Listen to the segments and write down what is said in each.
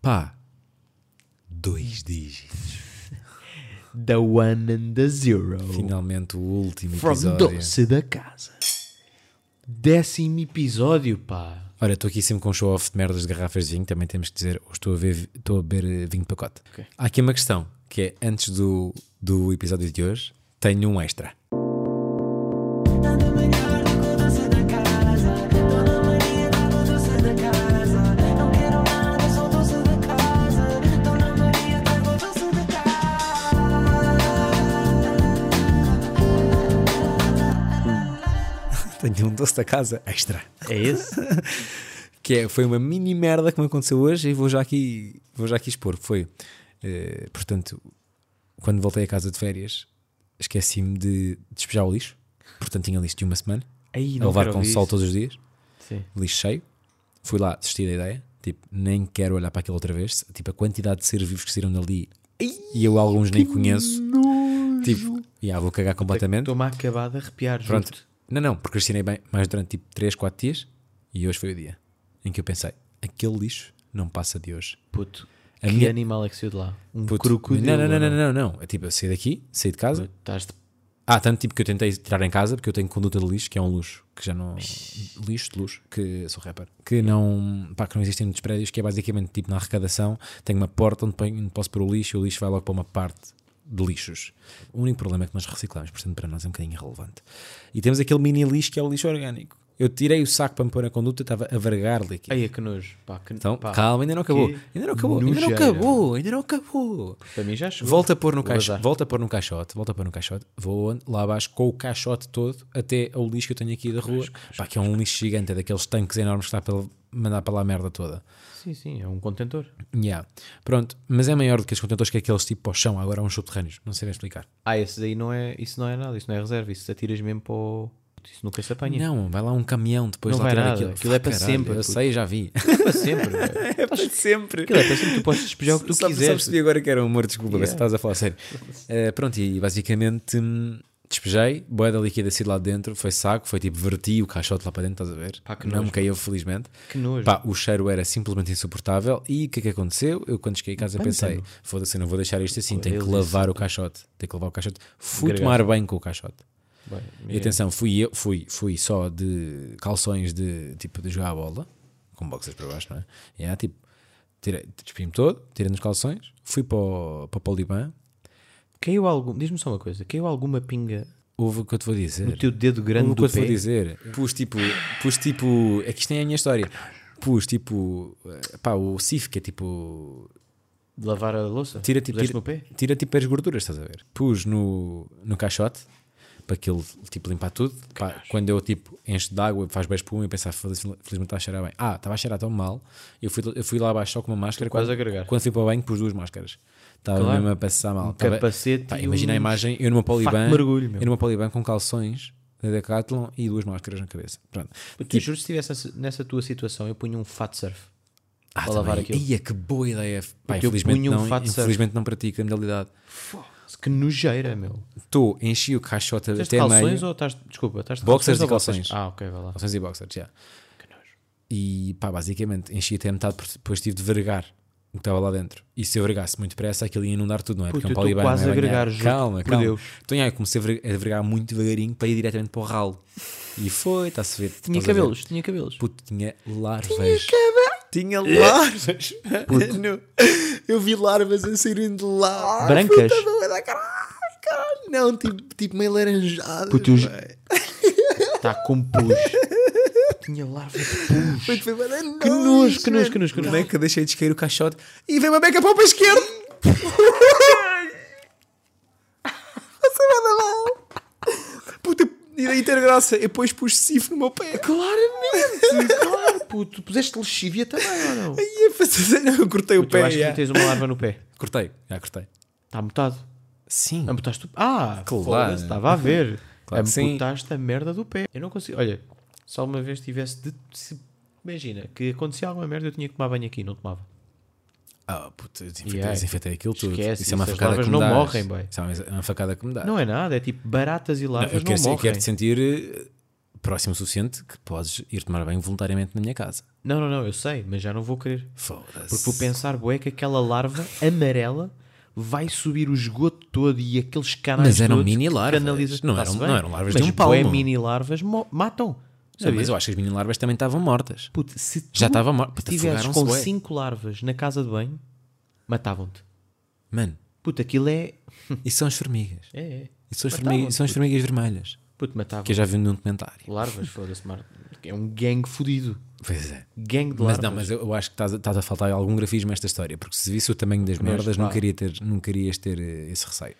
Pá, dois dígitos. The one and the zero. Finalmente o último From episódio. doce da casa. Décimo episódio, pá. Ora, estou aqui sempre com um show-off de merdas de garrafas de vinho, também temos que dizer, hoje estou a, ver, estou a beber eh, vinho de pacote. Ok. Há aqui uma questão, que é, antes do, do episódio de hoje, tenho um extra. Dona Maria do doce da casa, Dona Maria do doce da casa, não quero nada, sou doce da casa, Dona Maria do doce da casa. Tenho um doce da casa extra. É esse? Que é, foi uma mini merda que me aconteceu hoje e vou já aqui, vou já aqui expor. Foi, eh, portanto, quando voltei a casa de férias, esqueci-me de despejar o lixo. Portanto, tinha lixo de uma semana, Aí a não levar quero com ouvir sol isso. todos os dias. Sim. lixo cheio. Fui lá, desisti da ideia. Tipo, nem quero olhar para aquilo outra vez. Tipo, a quantidade de seres vivos que saíram dali e eu alguns nem conheço. Tipo, já vou cagar completamente. Estou-me a acabar de arrepiar. Pronto. juro-te. Não, não, procrastinei bem mais durante tipo 3, 4 dias. E hoje foi o dia em que eu pensei: aquele lixo não passa de hoje. Puto. A que minha- animal é que saiu de lá? Um Puto, crocodilo. Uhum. Não, não, não, ou não, não, não. É tipo, eu saí daqui, saí de casa. Puto, Estás de Ah, tanto tipo que eu tentei tirar em casa porque eu tenho conduta de lixo, que é um luxo, que já não. Lixo de luxo, que sou rapper. Que não. Pá, que não existem muitos prédios, que é basicamente tipo na arrecadação, tenho uma porta onde, ponho, onde posso pôr o lixo e o lixo vai logo para uma parte de lixos. O único problema é que nós reciclamos, portanto para nós é um bocadinho irrelevante. E temos aquele mini lixo que é o lixo orgânico. Eu tirei o saco para me pôr na conduta, estava a vargar líquido. Ai, é que nojo. Pá, que... Então, pá, calma, ainda não acabou. que Ainda não acabou, ainda não nojeira. acabou, ainda não acabou. Para mim já chegou. Volta a pôr no Vou caixote, bazar. volta a pôr no caixote, volta a pôr no caixote, vou onde? lá abaixo com o caixote todo até ao lixo que eu tenho aqui da rua, pá, que é um lixo gigante, é daqueles tanques enormes que está para mandar para lá a merda toda. Sim, sim, é um contentor. Yeah. Pronto, mas é maior do que os contentores que é aqueles tipo ao chão, agora há uns subterrâneos, não sei bem explicar. Ah, esse daí não é, isso não é nada, isso não é reserva, isso atiras mesmo para o... Isso nunca se apanha. Não, vai lá um caminhão depois Não lá vai tirar nada, aquilo. aquilo é para Caralho, sempre, Eu puto. sei, já vi. para sempre. velho. É para sempre. Aquilo é para sempre, tu podes despejar o que tu Só- só quiseres. percebi agora que era um humor, desculpa, mas Yeah. estás a falar sério. Eh, pronto, e basicamente hum, despejei, boeda líquida assim lá dentro, foi saco, foi tipo, verti o caixote lá para dentro, estás a ver? Pá, que Não nojo, me caiu, felizmente. Que nojo. Pá, o cheiro era simplesmente insuportável e o que é que aconteceu? Eu quando cheguei a casa pensei, foda-se, eu não vou deixar isto assim, tenho que Deus, lavar o caixote, tenho que lavar o caixote. Fui Gregal. tomar banho com o caixote. Bem, E atenção, fui eu, fui, fui só de calções de tipo de jogar a bola, com boxers para baixo, não é? E é tipo, tirei- despi-me todo, tirei nos calções, fui para o, para o Poliban. Caiu algum, diz-me só uma coisa, caiu alguma pinga Houve o que eu te vou dizer. no teu dedo grande Houve o que eu do te vou pé? dizer. Pus tipo, pus tipo, é que isto nem é a minha história. Pus tipo, eh, pá, o CIF, que é tipo, De lavar a louça? Tira tipo, Puseste tira, no pé? tira tipo as gorduras, estás a ver? Pus no, no caixote para aquele tipo limpar tudo. Pá, quando eu tipo encho de água, faz bem espuma e pensava, "Feliz- felizmente está a cheirar bem. Ah, estava a cheirar tão mal. Eu fui, eu fui lá abaixo só com uma máscara. quase quando, a gregar. Quando fui para o banho, pus duas máscaras. Estava Claro. mesmo a passar mal. Um Estava- capacete Pá, e imagina a uns imagem, eu numa fato poliban, de mergulho, meu. eu numa poliban com calções da Decathlon e duas máscaras na cabeça. Pronto. Tipo, Porque eu juro que se estivesse nessa tua situação, eu punha um fat surf. Ah, para lavar também. aquilo. Ia, que boa ideia. Pá, Porque eu infelizmente, punho um não, fato de surf. infelizmente não pratico a modalidade. Que nojeira, meu. Estou, enchi o caixote Estás até de meio. calções ou estás... Desculpa, estás de Boxers calções e ou calções. Ah, ok, vai lá. Calções e boxers, já. E pá, basicamente, enchi até a metade, porque depois tive de vergar o que estava lá dentro. E se eu vergasse muito depressa, aquilo ia inundar tudo, não é? Puta, é eu tô polibanho, não quase a banheiro. vergar, juro-te Calma, por calma. Deus. Então, já, eu comecei a ver- a vergar muito devagarinho para ir diretamente para o ralo. E foi, está-se a ver. Tinha estás a ver. cabelos, tinha cabelos. Puto, tinha larvas. Tinha, larvas. No- eu vi larvas a saírem de lá. Brancas? Puta, não era- caralho, caralho. Não, tipo, tipo meio laranjada. Puto, eu ju- Está Tá com pus. tinha larva de pus. Foi, foi, mas é Que nojo, que nojo, que nojo, que Como nojo. é que eu deixei de cair o caixote e vem uma beca para o pé esquerdo? Você manda lá. Puta, e daí ter graça. E depois pus cifre no meu pé. Claramente, claro, puto. Puseste lexívia também ou não? Aí a fazer. Não, eu cortei o Tu pé. acho que já. tu tens uma larva no pé. Cortei, já cortei. Está mutado. Sim. Amputaste o Ah, Claro. claro. Estava a ver. Claro que sim. Amputaste a merda do pé. Eu não consigo. Olha, se alguma vez tivesse de. se- Imagina que acontecia alguma merda, eu tinha que tomar banho aqui, não tomava. Ah, puta, eu desinfetei, Yeah. desinfetei aquilo tudo. Esquece, isso é uma isso, as facada larvas que me não dás. morrem, boy. Isso é uma- é uma facada que me dá. Não é nada, é tipo baratas e Não, eu larvas não, quero, eu morrem. quero te sentir eh, próximo o suficiente que podes ir tomar banho voluntariamente na minha casa. Não, não, não, eu sei, mas já não vou querer. Porque Foda-se. vou pensar, boé, que aquela larva amarela vai subir o esgoto todo e aqueles canais Mas eram todos que mini-larvas. canalizam- Não Tá-se eram- bem, não eram larvas de mas um palmo. bué mini-larvas mo- matam. Não, Sabias? Mas eu acho que as mini larvas também estavam mortas. Puto, se tu Já estava morta. tivesses Afogaram-se com bué. cinco larvas na casa de banho, matavam-te. Mano, Puto, aquilo é... isso são as formigas. É, é. Isso são as, formigas, Mas estavam, são as formigas vermelhas. Puto, matavam. Que eu já vi num documentário. Larvas, foda-se, mar... é um gangue fodido. Pois é. Gangue de Mas larvas. não, mas eu, eu acho que estás, a- estás a faltar algum grafismo a esta história, porque se visse o tamanho das merdas, não, pá. queria ter, não querias ter eh, esse receio.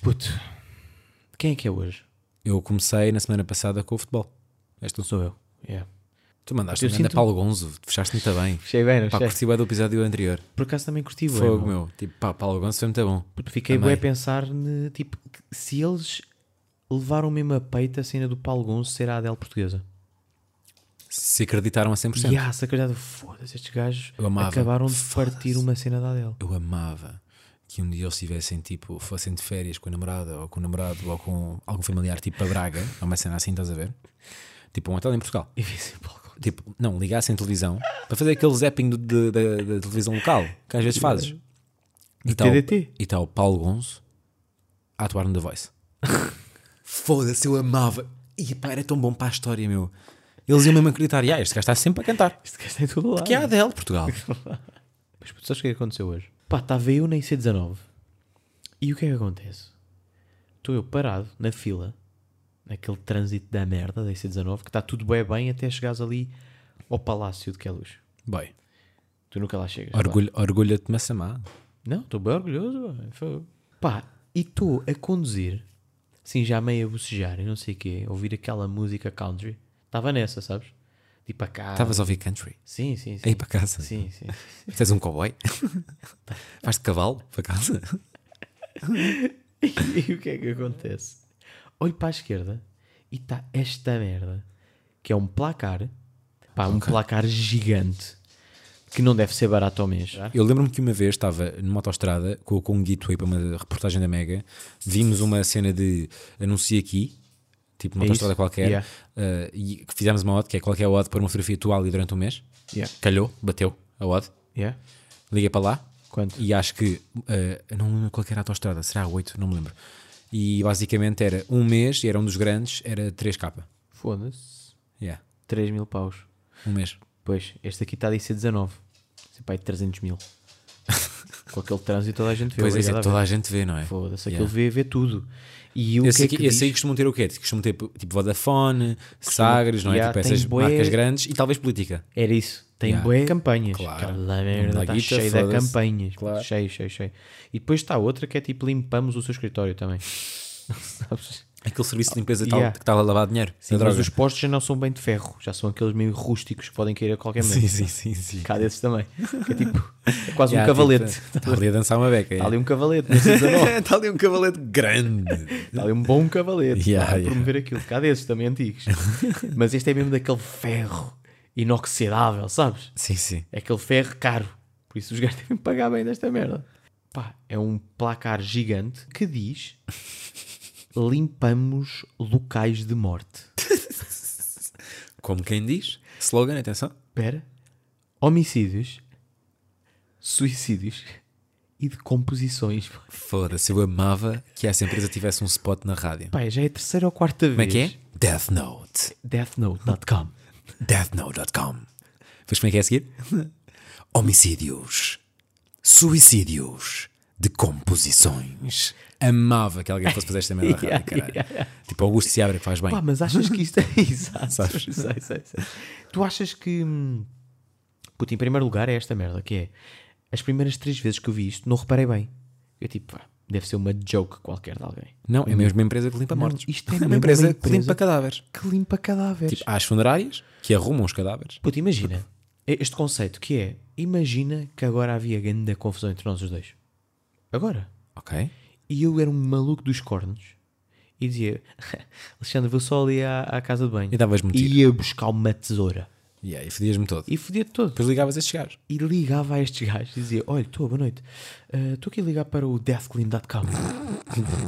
Puto, quem é que é hoje? Eu comecei na semana passada com o futebol. És tu. Sou eu. Yeah. Tu mandaste Eu um grande sinto- Paulo Gonzo, fechaste muito bem. Fechei bem, não Pá, fechei? curti bué do episódio anterior. Por acaso também curti, bué, Fogo, meu. meu. Tipo, pá, Paulo Gonzo foi muito bom. Puto, Fiquei Também. bué a pensar, ne, tipo, que- se eles levaram mesmo a peito a cena do Paulo Gonço ser a Adele portuguesa. Se acreditaram a 100%. E há essa coisa de foda-se, estes gajos Eu amava. acabaram de Foda-se. partir uma cena da Adele. Eu amava que um dia eles tivessem, tipo, fossem de férias com a namorada ou com o namorado ou com algum familiar, tipo, para Braga. É uma cena assim, estás a ver? Tipo, um hotel em Portugal. E vissem Paulo Gonço. Tipo, não, ligassem a televisão para fazer aquele zapping do- de- da- da televisão local que às vezes fazes. E tá o- TDT. E está o Paulo Gonzo a atuar no The Voice. Foda-se, eu amava. E pá, era tão bom para a história, meu. Eles iam mesmo acreditar, "Ya, este gajo está sempre a cantar. Este gajo tem tudo lá. Que é a Adele, Portugal. Mas puto, sabes o que é que aconteceu hoje? Pá, estava eu na IC19. E o que é que acontece? Estou eu parado na fila, naquele trânsito da merda da IC19, que está tudo bem bem até chegares ali ao Palácio de Queluz. Bem, Tu nunca lá chegas. pá. orgulho- orgulha-te, Massamá. Não, estou bem orgulhoso. pá. Fogo. Pá, e estou a conduzir, assim já meio a bocejar e não sei o quê, a ouvir aquela música country. Estava nessa, sabes? De ir para cá. Estavas a ouvir country. Sim, sim, sim. Aí É para casa. Sim, sim. Tens um cowboy. Vais de cavalo para casa. E o que é que acontece? Olho para a esquerda e está esta merda, que é um placar, pá, um placar gigante, que não deve ser barato ao mês. Eu lembro-me que uma vez estava numa autostrada com, com um guito aí para uma reportagem da Mega, vimos uma cena de anuncia aqui, tipo uma É autostrada isso? qualquer, Yeah. eh, e que fizemos uma odd, que é qualquer odd para uma fotografia tua ali durante um mês. Yeah. Calhou, bateu a odd, Yeah? liguei para lá Quanto? e acho que, eh, não me lembro qual que era a autostrada, será a 8, não me lembro. E basicamente era um mês, e era um dos grandes, era 3K. Foda-se. Yeah, 3 mil paus. um mês. Pois, este aqui está a ser 19. Esse pai de 300 é mil. Com aquele trânsito toda a gente vê. Pois é, isso é, obrigado a toda ver. a gente vê, não é? Foda-se, aquele Yeah. vê, vê tudo. E o Esse, que é aqui, que esse aí diz? costumam ter o quê? Costumam ter tipo Vodafone, Sagres, não é? Yeah, tipo tem essas bué- marcas grandes e talvez política. Era isso. Tem Yeah. bué campanhas. Claro. Aquela merda Vamos está lá, guita, cheio de foda-se. campanhas. Claro. Cheio, cheio, cheio. E depois está outra que é tipo limpamos o seu escritório É também. Sabes? Aquele serviço de limpeza tal, Yeah. que estava a lavar dinheiro. Sim, na mas droga. os postos já não são bem de ferro. Já são aqueles meio rústicos que podem cair a qualquer momento. Sim, sim, sim. sim. Cá desses também. Que é tipo, é quase Yeah, um cavalete. tipo, Está ali a dançar uma beca. Está yeah. ali um cavalete, não sei dizer não. Está ali um cavalete grande. Está ali um bom cavalete Yeah, pá, a yeah. promover aquilo. Cá desses também antigos. Mas este é mesmo daquele ferro inoxidável, sabes? sim, sim. É aquele ferro caro. Por isso os gajos devem pagar bem desta merda. Pá, é um placar gigante que diz: limpamos locais de morte. Como quem diz, slogan, atenção. Espera. Homicídios, suicídios e decomposições. Foda-se, eu amava que essa empresa tivesse um spot na rádio. Pá, já é a terceira ou quarta Como é vez. que é? Death Note. Deathnote.com. Deathnote.com. Vês como é que é a seguir? Homicídios, suicídios, decomposições. Amava que alguém fosse fazer esta merda yeah, caralho. Tipo Augusto Seabra que faz bem. Pá, mas achas que isto é. Exato. Sabes? Sei, sei, sei. Tu achas que. hum, Puto, em primeiro lugar é esta merda, que é. As primeiras três vezes que eu vi isto, não reparei bem. Eu tipo, pá, deve ser uma joke qualquer de alguém. Não, é a mesma empresa que limpa mortos. isto é a mesmo mesma empresa uma que empresa- limpa cadáveres. Que limpa cadáveres. Tipo, há as funerárias que arrumam os cadáveres. Puto, imagina. Este conceito que é. Imagina que agora havia grande confusão entre nós os dois. Agora. Ok. E eu era um maluco dos cornos. E dizia, Alexandre, vou só ali à, à casa de banho. E davas muito E ia buscar uma tesoura. Yeah, e fodias-me todo. E fodia-te todo. Depois ligavas a chegar. e ligava a estes gajos e dizia: Olha, estou, boa noite, Eh, estou aqui a ligar para o deathclean.com.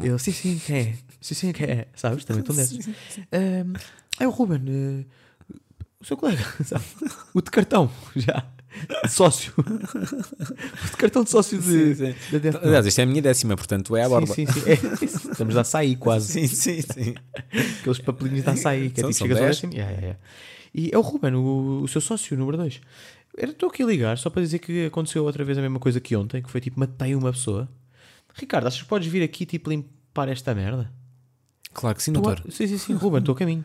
Ele, sim, sim, quem é? Sim, sim, quem é? Sabes? Também estão desses. Ehm, É o Ruben, eh, o seu colega, sabe? O de cartão, já. Sócio. O de cartão de sócio de, Sim, da Death Note. Aliás, isto é a minha décima, portanto é a borba. Sim, sim, sim. É, isso. estamos a sair quase. sim, sim. sim. Aqueles papelinhos de açaí que é São- tipo são chegas ao dez. décimo. Yeah, yeah, yeah. E é o Ruben, o, o seu sócio, número 2. Estou aqui a ligar só para dizer que aconteceu outra vez a mesma coisa que ontem, que foi tipo, matei uma pessoa. Ricardo, achas que podes vir aqui tipo limpar esta merda? Claro que sim, Tu doutor. a- Sim, sim, sim, Ruben, estou a caminho.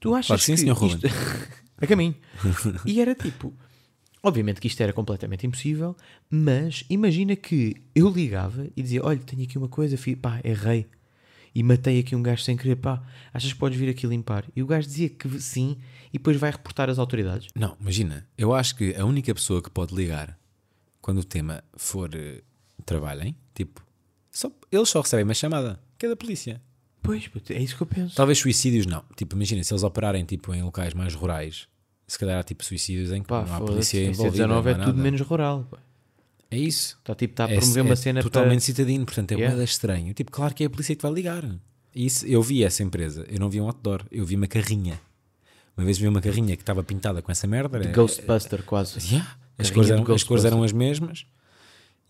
Tu achas Claro que sim, que senhor Ruben. isto- a caminho. E era tipo, obviamente que isto era completamente impossível, mas imagina que eu ligava e dizia: Olha, tenho aqui uma coisa, fi- pá, errei. E matei aqui um gajo sem querer, pá, achas que podes vir aqui limpar? E o gajo dizia que sim, e depois vai reportar às autoridades. Não, imagina, eu acho que a única pessoa que pode ligar quando o tema for eh, trabalhem, tipo, só, eles só recebem uma chamada, que é da polícia. Pois, puto, é isso que eu penso. Talvez suicídios não. Tipo, imagina, se eles operarem tipo, em locais mais rurais, se calhar há tipo suicídios em que Pá, não há foda-se, polícia polícia envolvida. 19 é não há tudo nada. menos rural. pá. É isso. Está tipo, está a É- promover é uma cena totalmente para... citadino, portanto é Yeah. yeah. estranho. Tipo, claro que é a polícia que vai ligar. Isso, eu vi essa empresa, eu não vi um outdoor, eu vi uma carrinha. Uma vez vi uma carrinha que estava pintada com essa merda. era- Ghostbuster, quase. Yeah, As, Carrinha cores de eram, as cores Ghostbusters. eram as mesmas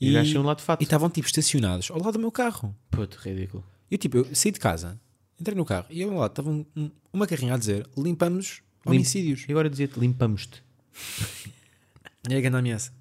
E o gajo saiu lá de fato. e estavam tipo estacionados ao lado do meu carro. Puto, ridículo. Eu tipo, eu saí de casa, entrei no carro e ao meu lado estava um- um- uma carrinha a dizer limpamos Lim- homicídios. E agora dizia-te, limpamos-te. E é a grande ameaça.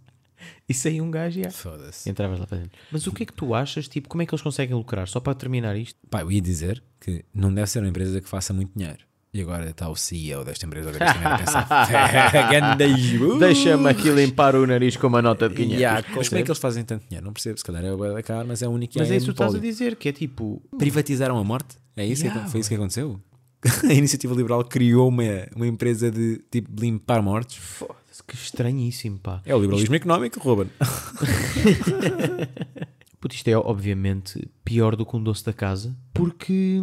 E saía um gajo e ah, Foda-se. entravas lá para dentro. Mas o que é que tu achas? Tipo, como é que eles conseguem lucrar? Só para terminar isto. Pá, eu ia dizer que não deve ser uma empresa que faça muito dinheiro. E agora está o CEO desta empresa a ver esta merda a pensar. Ganda Uh! Deixa-me aqui limpar o nariz com uma nota de Yeah, mas como é que eles fazem tanto dinheiro? Não percebo, se calhar é o bué da cara, mas é a única Mas é isso que tu estás a dizer, que é tipo. Privatizaram a morte? É isso Yeah, que, foi isso que aconteceu? A iniciativa liberal criou uma, uma empresa de tipo de limpar mortes. Foda-se, que estranhíssimo, pá. É o liberalismo económico, Ruben. Puto, isto é obviamente pior do que um doce da casa, porque.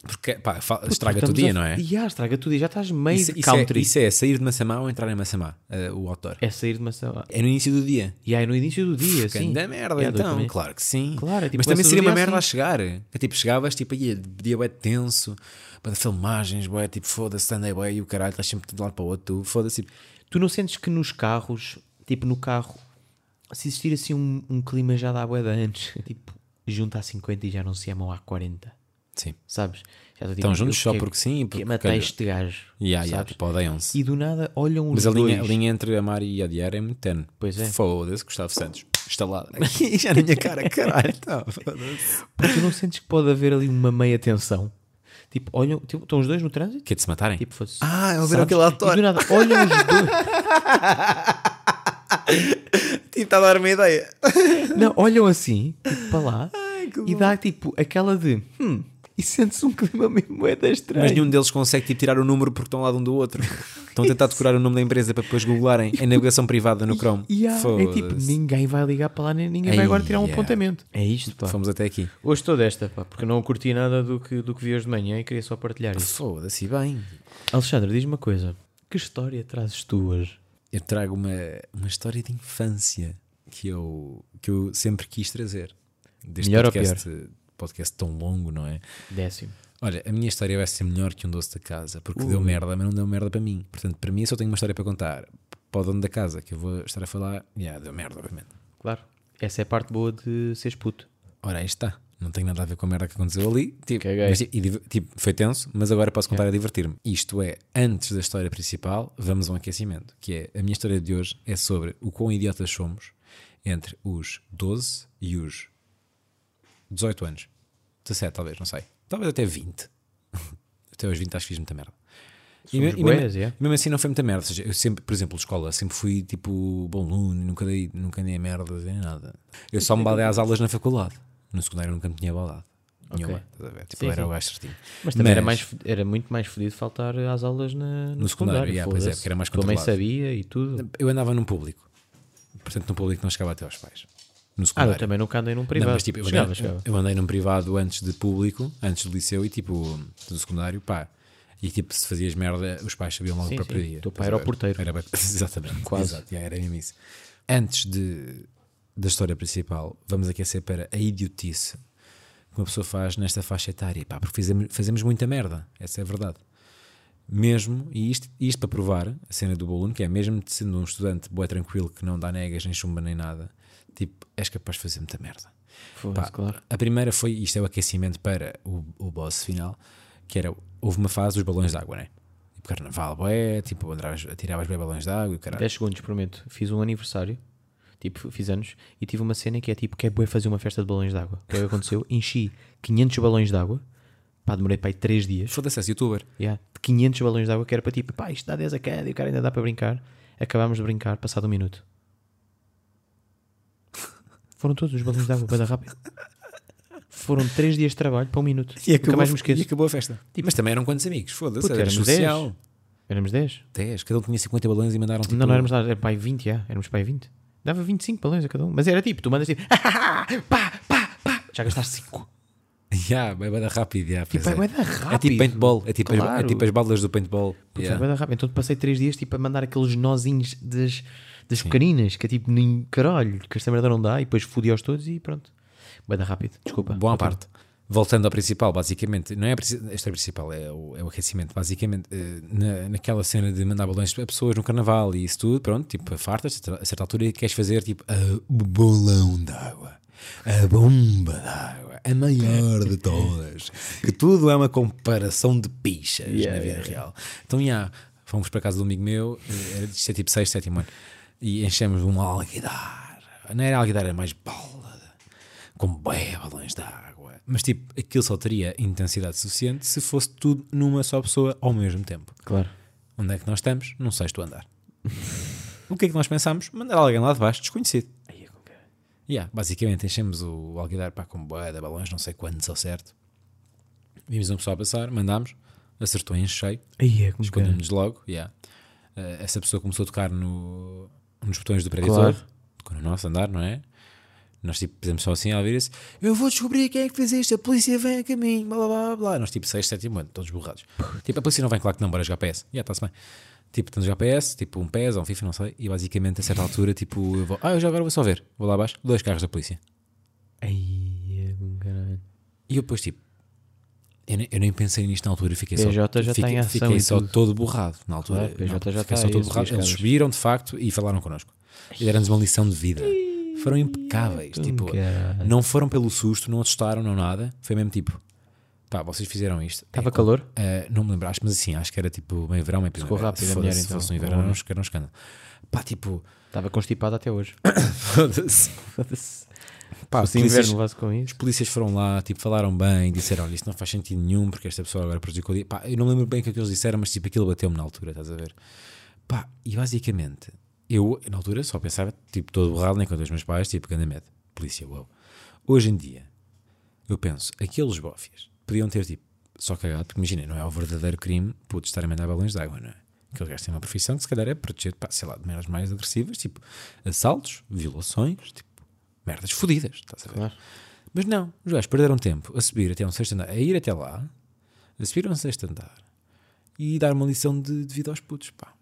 Porque pá, fa- estraga todo estamos dia, a- não é? Yeah, estraga tudo e já estás meio Isso, de isso é? country. isso é sair de Massamá ou entrar em Massamá, eh, o autor. é... sair de maçã. É no início do dia. E aí no início do dia, assim. Ganda merda, Yeah, doido então. também. Claro que sim. Claro, é tipo, Mas também começas o seria dia uma merda assim. a chegar. É tipo, chegavas, tipo, aí, dia bué tenso, bué de filmagens, bué, tipo, foda-se, stand-up, bué, e o caralho, estás sempre de um lado para o outro, tu, foda-se. tipo, Tu não sentes que nos carros, tipo no carro, se existir assim um, um clima já da boeda antes, tipo, junta a 50 e já não se amam há 40, Sim. sabes? Já tipo, Estão juntos eu só que- porque sim, porque que matei calhou. este gajo. Yeah, yeah, sabes? tipo, odeiam-se. E do nada olham os Mas a dois. linha, a linha entre amar e adiar é muito tenue. Pois é. Foda-se, Gustavo Santos. Estalado. Aqui já na minha cara, caralho. Tá, foda-se. Porque tu não sentes que pode haver ali uma meia tensão. Tipo, olham, tipo, estão os dois no trânsito? Quer de se matarem? Tipo, fosse. ah, eu ver sabes? aquele E autor. do nada olham os dois. Tipo, está a dar uma ideia. Não, olham assim, tipo, para lá. que e dá tipo aquela de. Hum, e sentes um clima mesmo é estranho. Mas nenhum deles consegue tipo, tirar o número porque estão lá de um do outro. Estão a tentar decorar o nome da empresa para depois googlarem em navegação privada no Chrome. E há, é tipo, Foda-se. ninguém vai ligar para lá, nem ninguém vai Ei, agora tirar um yeah. apontamento. É isto, pá. Fomos até aqui. Hoje estou desta, pá, porque não curti nada do que, do que vi hoje de manhã e queria só partilhar isso. Foda-se, e bem. Alexandre, diz-me uma coisa. Que história trazes tu hoje? Eu trago uma, uma história de infância que eu, que eu sempre quis trazer. Deste Melhor ou podcast, podcast tão longo, não é? Décimo. Olha, a minha história vai ser melhor que um doce da casa, porque deu merda, mas não deu merda para mim. Portanto, para mim eu só tenho uma história para contar para o dono da casa, que eu vou estar a falar. Yeah, deu merda, obviamente. Claro. Essa é a parte boa de seres puto. Ora, aí está. Não tem nada a ver com a merda que aconteceu ali. Tipo, Caguei. mas, e div- tipo, foi tenso, mas agora posso contar a divertir-me. Isto é, antes da história principal, vamos a um aquecimento. Que é, a minha história de hoje é sobre o quão idiotas somos entre os 12 e os 18 anos. 17, talvez, não sei. Talvez até 20. até aos 20 acho que fiz muita merda. E, me- e bués, mesmo, é. mesmo assim não foi muita merda. Ou seja, eu sempre, por exemplo, de escola, sempre fui tipo bom aluno, nunca dei, nunca dei merda, nem nada. Eu só me baldei às aulas na faculdade. No secundário nunca me tinha baldado. Nenhuma, estás a ver? Tipo, Sim, eu era sim. o gajo certinho. Mas também era, mais, fo- era muito mais fodido faltar às aulas na, secundário, no, secundário. yeah, pois é, foda-se. porque era mais Tua mãe controlado. sabia e tudo. Eu andava num público. Portanto, num público não chegava até aos pais. No Ah, eu secundário. também nunca andei num Não, privado. mas tipo, eu andei, chegava, chegava. eu andei num privado antes de público, antes do liceu e tipo do secundário, pá. E tipo, se fazias merda, os pais sabiam logo Sim, para sim. próprio dia. O teu pai Estás era a o ver? porteiro. Era bem- Exatamente. Quase. Exato, yeah, era mesmo isso. Antes de, da história principal, vamos aquecer para a idiotice que uma pessoa faz nesta faixa etária. Pá, porque fizemos, fazemos muita merda. Essa é a verdade. mesmo, e isto, isto para provar a cena do Boluno, que é mesmo de sendo um estudante boé tranquilo que não dá negas, nem chumba, nem nada, tipo, és capaz de fazer muita merda. Foda-se, Pá, claro. A primeira foi, isto é o aquecimento para o, o boss final, que era, houve uma fase dos balões de água, né? Tipo, carnaval, boé, tipo, andavas, atiravas bem balões de água e o caralho. 10 segundos, prometo. Fiz um aniversário, tipo, fiz anos, e tive uma cena que é tipo, que é bué fazer uma festa de balões de água. O que é que aconteceu? Enchi 500 balões de água, pá, demorei pá, 3 dias, Foda-se, és youtuber. yeah, de 500 balões de água que era para tipo, pá, isto dá 10 a cada e o cara ainda dá para brincar. Acabámos de brincar, passado um minuto. Foram todos os balões de água, bada rápido. Foram 3 dias de trabalho para um minuto. Nunca mais me e esqueço. acabou a festa. Tipo, Mas também eram quantos amigos? Foda-se, Puta, era éramos social. 10. Éramos 10. 10, cada um tinha 50 balões e mandaram tipo. Não, não éramos nada, era pai 20, já. Éramos pai 20. Dava 25 balões a cada um. Mas era tipo, tu mandas tipo, pá, pá, pá. Já gastaste 5. Yeah, vai bué da rápido. Yeah, pois Tipo, é bué é. da rápido. É tipo paintball, é tipo, as, Claro. é tipo as balas do paintball. Puta, Yeah. bué da rápido. Então passei 3 dias tipo a mandar aqueles nozinhos das, das pequeninas, que é tipo, nem caralho, que esta merda não dá. E depois fodi-os todos e pronto. Bué da rápido, desculpa. Boa parte. Voltando ao principal, basicamente, não é a princi- esta é a principal, é o, é o aquecimento, basicamente, eh, na, naquela cena de mandar balões a pessoas no carnaval e isso tudo, pronto, tipo, fartas, a certa altura queres fazer tipo a- o bolão d'água, a bomba d'água, a maior de todas, que tudo é uma comparação de pichas na vida real. Então, já, fomos para casa de um amigo meu, eh, era isto é tipo 6, 7 ano, e enchemos um alguidar, não era alguidar, era mais bala com bué balões de água. Mas tipo, aquilo só teria intensidade suficiente se fosse tudo numa só pessoa ao mesmo tempo. Claro. Onde é que nós estamos? Num sexto andar. o que é que nós pensámos? Mandar alguém lá de baixo, desconhecido. é Yeah, basicamente enchemos o alguidar pá, com bué de balões, não sei quantos ao certo. Vimos um pessoal passar, mandámos, acertou em cheio, Aí é como que escondemos logo. Yeah. Eh, essa pessoa começou a tocar no, nos botões do previsor, Claro. tocou no nosso andar, não é? Nós tipo, fizemos só assim, ela vira-se: Eu vou descobrir quem é que fez isto, a polícia vem a caminho, blá blá blá blá. Nós tipo 6, 7, mano, todos borrados. Tipo, a polícia não vem, claro que não, bora jogar PS. Já está-se bem. Tipo, temos GPS, tipo um PES ou um FIFA, não sei. E basicamente a certa altura, tipo, eu vou, ah, eu já agora vou só ver, vou lá abaixo, dois carros da polícia. Aí é como caralho. E eu depois, tipo, eu nem, eu nem pensei nisto na altura, eu fiquei só, PJ já fiquei, tem ação fiquei e só tudo. todo borrado na altura. Claro, PJ já fiquei está só aí, todo a subir borrado. as Eles escadas. subiram de facto e falaram connosco. E deram-nos uma lição de vida. Foram impecáveis. tipo, um caralho. não foram pelo susto, não assustaram, não nada. Foi mesmo tipo, pá, vocês fizeram isto. Estava É, calor? Uh, não me lembro, acho, mas assim, acho que era tipo meio verão, meio Ficou primavera. rápido a Foda-se, mulher, se então. fosse um inverno, Boa. era um esca- era um escândalo. Pá, tipo, Estava constipado até hoje. foda-se. Foda-se. Pá, Se polícias- inverno levasse com os isso. polícias foram lá, tipo, falaram bem, disseram: Olha, isto não faz sentido nenhum, porque esta pessoa agora prejudicou. o dia." Pá, eu não lembro bem o que é que eles disseram, mas tipo, aquilo bateu-me na altura, estás a ver? Pá, e basicamente, eu na altura só pensava, tipo, todo borrado, nem com os meus pais, tipo, grande medo, polícia, uau. Hoje em dia, eu penso, aqueles bofias podiam ter, tipo, só cagado, porque imagina, não é o verdadeiro crime, puto, estar a mandar balões de água, não é? Aqueles gajos têm uma profissão que se calhar é proteger, pá, sei lá, de maneiras mais agressivas, tipo, assaltos, violações, tipo, merdas fodidas, estás a ver? Claro. Mas não, os gajos perderam tempo a subir até um sexto andar, a ir até lá, a subir a um sexto andar e dar uma lição de, de vida aos putos. Pá.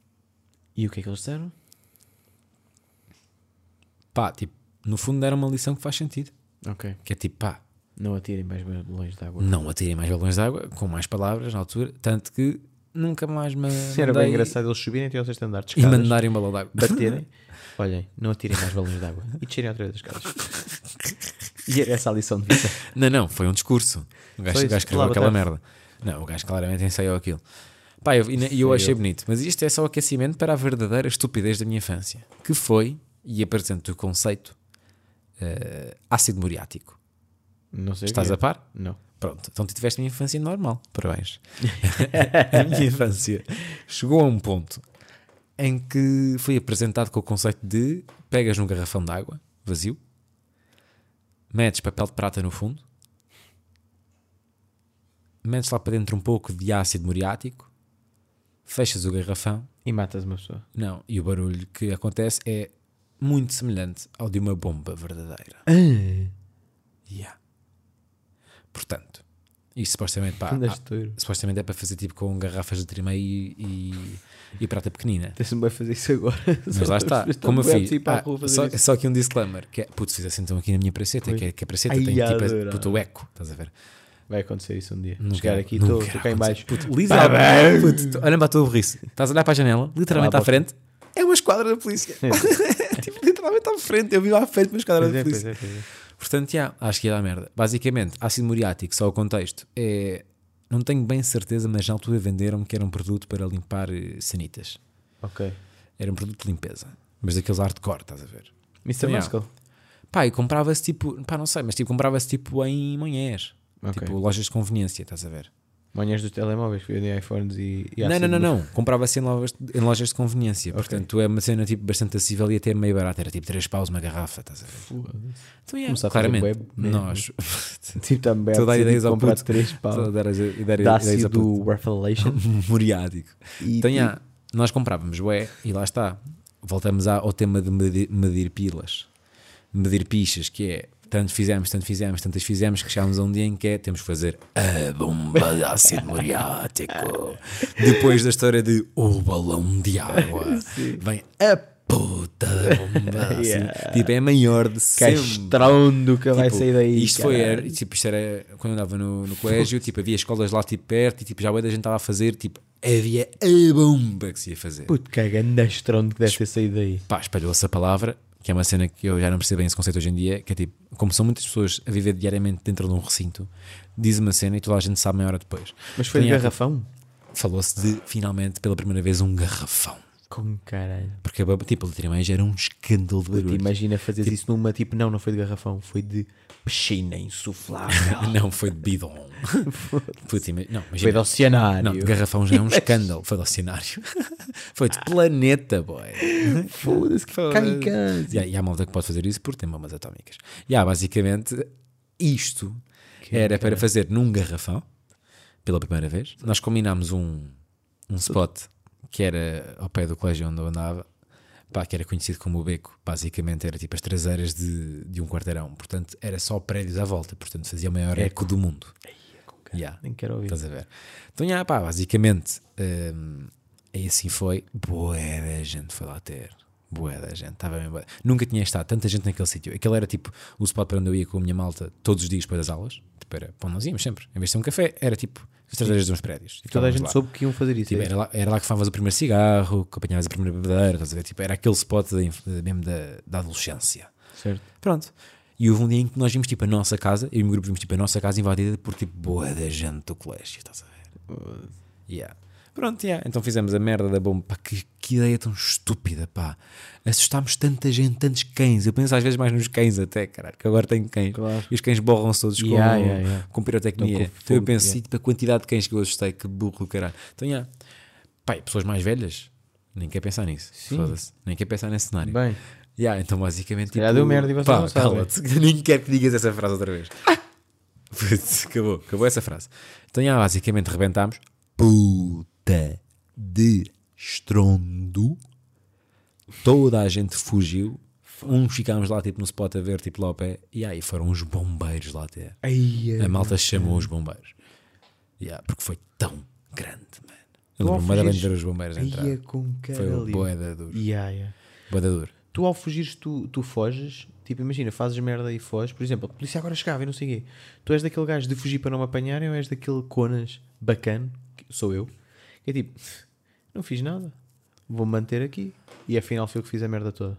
E o que é que eles disseram? pá, tipo, no fundo deram uma lição que faz sentido. Ok. Que é tipo, pá, Não atirem mais balões de água. não atirem mais balões de água, com mais palavras na altura, tanto que nunca mais me. Se era mandei bem engraçado eles subirem até ao sexto andar, de E escadas, mandarem um balão de água. baterem. Olhem, não atirem mais balões de água. E descerem outra vez as escadas. e era essa a lição de vida. Não, não, foi um discurso. O gajo, Foi o gajo isso. escreveu Olá, aquela boa merda. Não, o gajo claramente ensaiou aquilo. Pá, eu, e na- e eu achei bonito, mas isto é só o aquecimento para a verdadeira estupidez da minha infância, que foi, e apresento o conceito, eh, ácido muriático. Não sei. o Estás quê. a par? Não. Pronto, então tu tiveste uma infância normal, parabéns. a minha infância chegou a um ponto em que foi apresentado com o conceito de pegas num garrafão de água vazio, metes papel de prata no fundo, metes lá para dentro um pouco de ácido muriático, fechas o garrafão, E matas uma pessoa. não, e o barulho que acontece é muito semelhante ao de uma bomba verdadeira. Ah. Yeah. Portanto, isto supostamente pá, Andas há- touro. supostamente é para fazer tipo com garrafas de trima e, e, e prata pequenina. Tens-me bem fazer isso agora. Mas lá está, Estou como eu bué a fiz. pedir para a Ah, rua fazer só, isso. só aqui um assim disclaimer: que é, putz, fizesse então aqui na minha praceta, que, é, que a praceta Ai, tem tipo a- adorava. puto, o eco, estás a ver? Vai acontecer isso um dia. Não Chegar quero, aqui, não estou quero cá em baixo. acontecer. tá Puto, lisa- bem. puto, tu- olha para a tua burrice. Estás a olhar para a janela, literalmente Ah, à frente. É uma esquadra da polícia. tipo, literalmente à frente. Eu vi lá à frente uma esquadra Pois da é, polícia. pois é, pois é. Portanto, já, acho que ia dar merda. Basicamente, ácido muriático, só o contexto, é. Não tenho bem certeza, mas na altura venderam-me que era um produto para limpar eh, sanitas. Ok. Era um produto de limpeza. Mas daqueles hardcore, estás a ver? Mr. Yeah. Muscle. Pá, e comprava-se tipo. Pá, não sei, mas tipo, comprava-se tipo em manhãs. Ok. Tipo, lojas de conveniência, estás a ver? Manhãs dos telemóveis que vendem iPhones e. e não, ácido não, não, no- não. Comprava-se assim em lojas, em lojas de conveniência. Portanto, é uma cena tipo bastante acessível e até meio barata. Era tipo 3 paus uma garrafa, estás a ver? Foda-se. Então, yeah, Começar a fazer claramente. web, né? nós. Tipo, também Estou a dar ideias ao comprar puto. três Estou a pau. dar as- e dar ideias Dácio ao puto. do Revelation. muriático. E- então, e- já, nós comprávamos, ué, e lá está. Voltamos à- ao tema de medir, medir pilas, medir pichas, que é tanto fizemos, tanto fizemos, tantas fizemos, que chegámos a um dia em que é temos que fazer a bomba de ácido muriático. Depois da história de o balão de água, vem a puta da bomba de ácido. Yeah. Tipo, é a maior de sempre. Castrondo que vai Tipo, sair daí. Isto foi, caralho. era, tipo, isto era quando eu andava no, no colégio, tipo, havia escolas lá tipo perto e tipo, já bué da gente estava a fazer, tipo, havia a bomba que se ia fazer. Puto, que é grande estrondo que deve ter saído daí. Pá, espalhou-se a palavra, que é uma cena que eu já não percebo bem esse conceito hoje em dia, que é tipo, como são muitas pessoas a viver diariamente dentro de um recinto, diz uma cena e toda a gente sabe meia hora depois. Mas foi de Tinha- garrafão? Falou-se de, finalmente, pela primeira vez, um garrafão. Com caralho. Porque, a bomba, tipo, literalmente era um escândalo de Puto, barulho. imagina fazer isso numa tipo, não, não foi de garrafão, foi de piscina insuflável. Não, foi de bidon. Puta, ima- não, imagina. foi de oceanário. Não, de garrafão já é um escândalo. Foi do cenário. Foi de planeta, boy. Foda-se, que Foda-se. caricante. E há, e há malta que pode fazer isso porque tem bombas atómicas. E há basicamente isto era para fazer num garrafão pela primeira vez. Nós combinámos um, um spot que era ao pé do colégio onde eu andava. Pá, que era conhecido como o Beco, basicamente era tipo as traseiras de, de um quarteirão, portanto era só prédios à volta, portanto fazia o maior eco do mundo. Yeah. Nem quero ouvir. Estás a ver? Então, já, pá, basicamente, hum, e assim foi. Boé da gente foi lá ter. Boé da gente. Estava bem, bué. Nunca tinha estado tanta gente naquele sítio. Aquele era tipo o spot para onde eu ia com a minha malta todos os dias depois das aulas. Tipo, era para onde nós íamos sempre. Em vez de ser um café, era tipo as traseiras de uns prédios. E Toda a estávamos gente lá. soube que iam fazer isso. Tipo, é era, lá, era lá que fumavas o primeiro cigarro, que apanhavas a primeira bebedeira, estás a ver? Tipo, era aquele spot da inf- mesmo da, da adolescência. isso? Certo. Pronto. E houve um dia em que nós vimos tipo a nossa casa, eu e o meu grupo vimos tipo a nossa casa invadida por tipo boa da gente do colégio, estás a ver? Yeah. Pronto, yeah. então fizemos a merda da bomba. Pá, que, que ideia tão estúpida, pá. Assustámos tanta gente, tantos cães. Eu penso às vezes mais nos cães até, caralho, que agora tenho cães. Claro. E os cães borram-se todos Yeah, com, yeah, yeah. com pirotecnia. Não, com então eu fogo, penso, yeah. e, tipo, a quantidade de cães que eu assustei, que burro, caralho. Então, yeah. pá, e pessoas mais velhas, nem quer pensar nisso. Foda-se. Nem quer pensar nesse cenário. Bem. Yeah, então basicamente calhar deu merda e vocês pá, não sabem. cala-te, que nem quero que digas essa frase outra vez. Putz, acabou, acabou essa frase. Então yeah, basicamente rebentámos. Puta de estrondo. Toda a gente fugiu. Uns ficámos lá tipo no spot a ver, tipo lá ao pé. E aí foram os bombeiros lá até. Ai, A malta chamou os bombeiros. Yeah, porque foi tão grande, mano. Eu Tu ao lembro-me bué de bem de fugires- ver os bombeiros a entrar. ai, é com Foi caralho. o boeda duro. Ia, ia. Boeda duro. Tu ao fugires, tu, tu foges. Tipo, imagina, fazes merda e foges. Por exemplo, a polícia agora chegava e não sei o quê. Tu és daquele gajo de fugir para não me apanharem ou és daquele conas bacana, que sou eu, que é tipo, não fiz nada, vou-me manter aqui. E afinal foi eu que fiz a merda toda.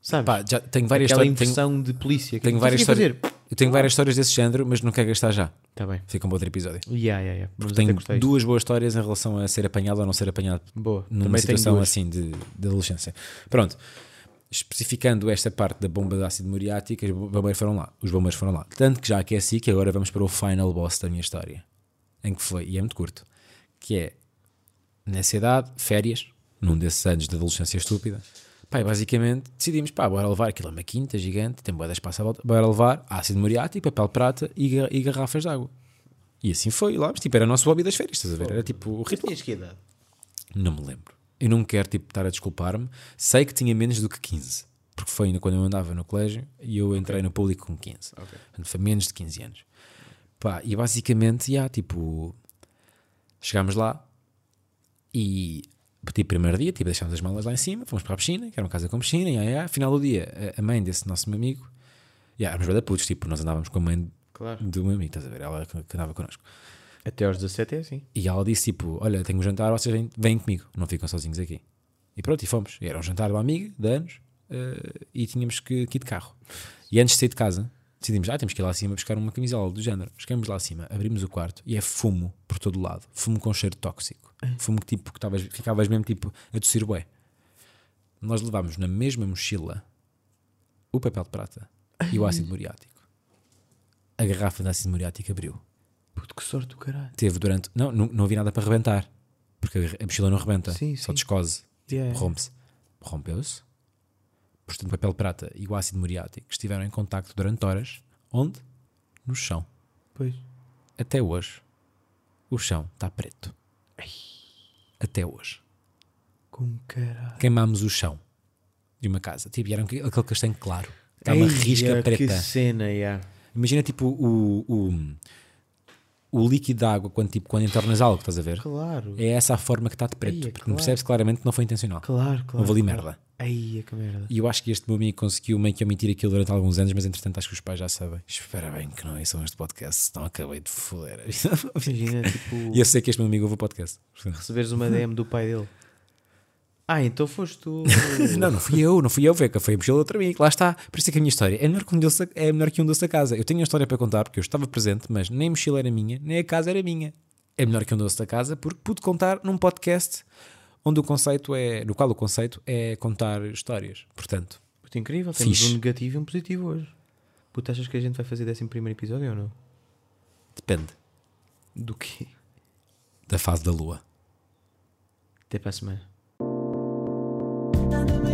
Sabes? Pá, já tenho várias Aquela histórias. Tenho, impressão de polícia. Que tenho é, várias "Estás aqui a histórias. Eu tenho várias histórias desse género, mas não quero gastar já. fazer?" Tá bem. Fica um outro episódio. Ia, ia, ia. Vamos Porque até tenho é gostei. duas boas histórias em relação a ser apanhado ou não ser apanhado Boa. numa Também tenho situação duas. assim de, de adolescência. Pronto. Especificando esta parte da bomba de ácido muriático, os bombeiros foram lá. Os bombeiros foram lá. Tanto que já aqueci que agora vamos para o final boss da minha história. Em que foi, e é muito curto, que é nessa idade, férias, num desses anos de adolescência estúpida. Pai, basicamente decidimos, pá, bora levar aquilo é uma quinta gigante, tem boa de espaço à volta, bora levar ácido muriático, papel prata e, ga- e garrafas de água. E assim foi, lá, mas, tipo, era o nosso hobby das férias, estás a ver? Era tipo o ritual. Tinhas que idade? Não me lembro. Eu não quero tipo, estar a desculpar-me. Sei que tinha menos do que 15, porque foi ainda quando eu andava no colégio e eu entrei no público com 15. Portanto, foi menos de 15 anos. Pá, e basicamente, já, tipo, chegámos lá e, tipo, primeiro dia, tipo, deixámos as malas lá em cima, fomos para a piscina, que era uma casa com piscina, e aí, final do dia, a- a mãe desse nosso meu amigo, já, éramos bué da putos, tipo, nós andávamos com a mãe Claro. de uma amiga, estás a ver? Ela que que andava connosco. Até aos 17 é assim. E ela disse tipo: Olha, tenho um jantar, vocês vêm, vêm comigo, não ficam sozinhos aqui. E pronto, e fomos. E era um jantar de uma amiga de anos eh, e tínhamos que, que ir de carro. E antes de sair de casa, decidimos: Ah, temos que ir lá acima buscar uma camisola do género. Chegamos lá acima, abrimos o quarto e é fumo por todo o lado. Fumo com cheiro tóxico. Fumo que tipo, que tavas, ficavas mesmo tipo a tossir bué. Nós levámos na mesma mochila o papel de prata e o ácido muriático. A garrafa de ácido muriático abriu Puto, que sorte do caralho. teve durante. Não, não, não havia nada para rebentar. Porque a- a mochila não rebenta. Sim, só sim. É. descose. Yeah. Rompe-se. Rompeu-se. Portanto, o papel de prata e o ácido muriático estiveram em contacto durante horas. Onde? No chão. Pois. Até hoje. O chão está preto. Até hoje. Com caralho. Queimámos o chão de uma casa. Tipo, e era um- aquele castanho claro. Está Tá uma Ei, risca ah, Que preta. cena, yeah. Imagina tipo o, o, o líquido de água quando, tipo, quando entornas algo, estás a ver? Claro. É essa a forma que está de preto, Aí é porque claro. percebes claramente que não foi intencional. Claro, claro. Houve ali claro. merda. Aí, é que merda. E eu acho que este meu amigo conseguiu meio que omitir aquilo durante alguns anos, mas entretanto acho que os pais já sabem. Espera bem que não ouçam este podcast, senão acabei de foder. Imagina, tipo, e eu sei que este meu amigo ouve o podcast. receberes uma DM do pai dele. Ah, então foste tu. Não, não fui eu, não fui eu, Veca, foi a mochila de outro amigo. Lá está. Por isso é que a minha história é melhor que um doce, é melhor que um doce a casa. Eu tenho a história para contar porque eu estava presente, mas nem a mochila era minha, nem a casa era minha. É melhor que um doce da casa porque pude contar num podcast onde o conceito é, no qual o conceito é contar histórias. Portanto, Puto, incrível. Temos Fixe. um negativo e um positivo hoje. Puto, achas que a gente vai fazer décimo primeiro episódio ou não? depende Do quê? da fase da lua. Até para a semana. Tá no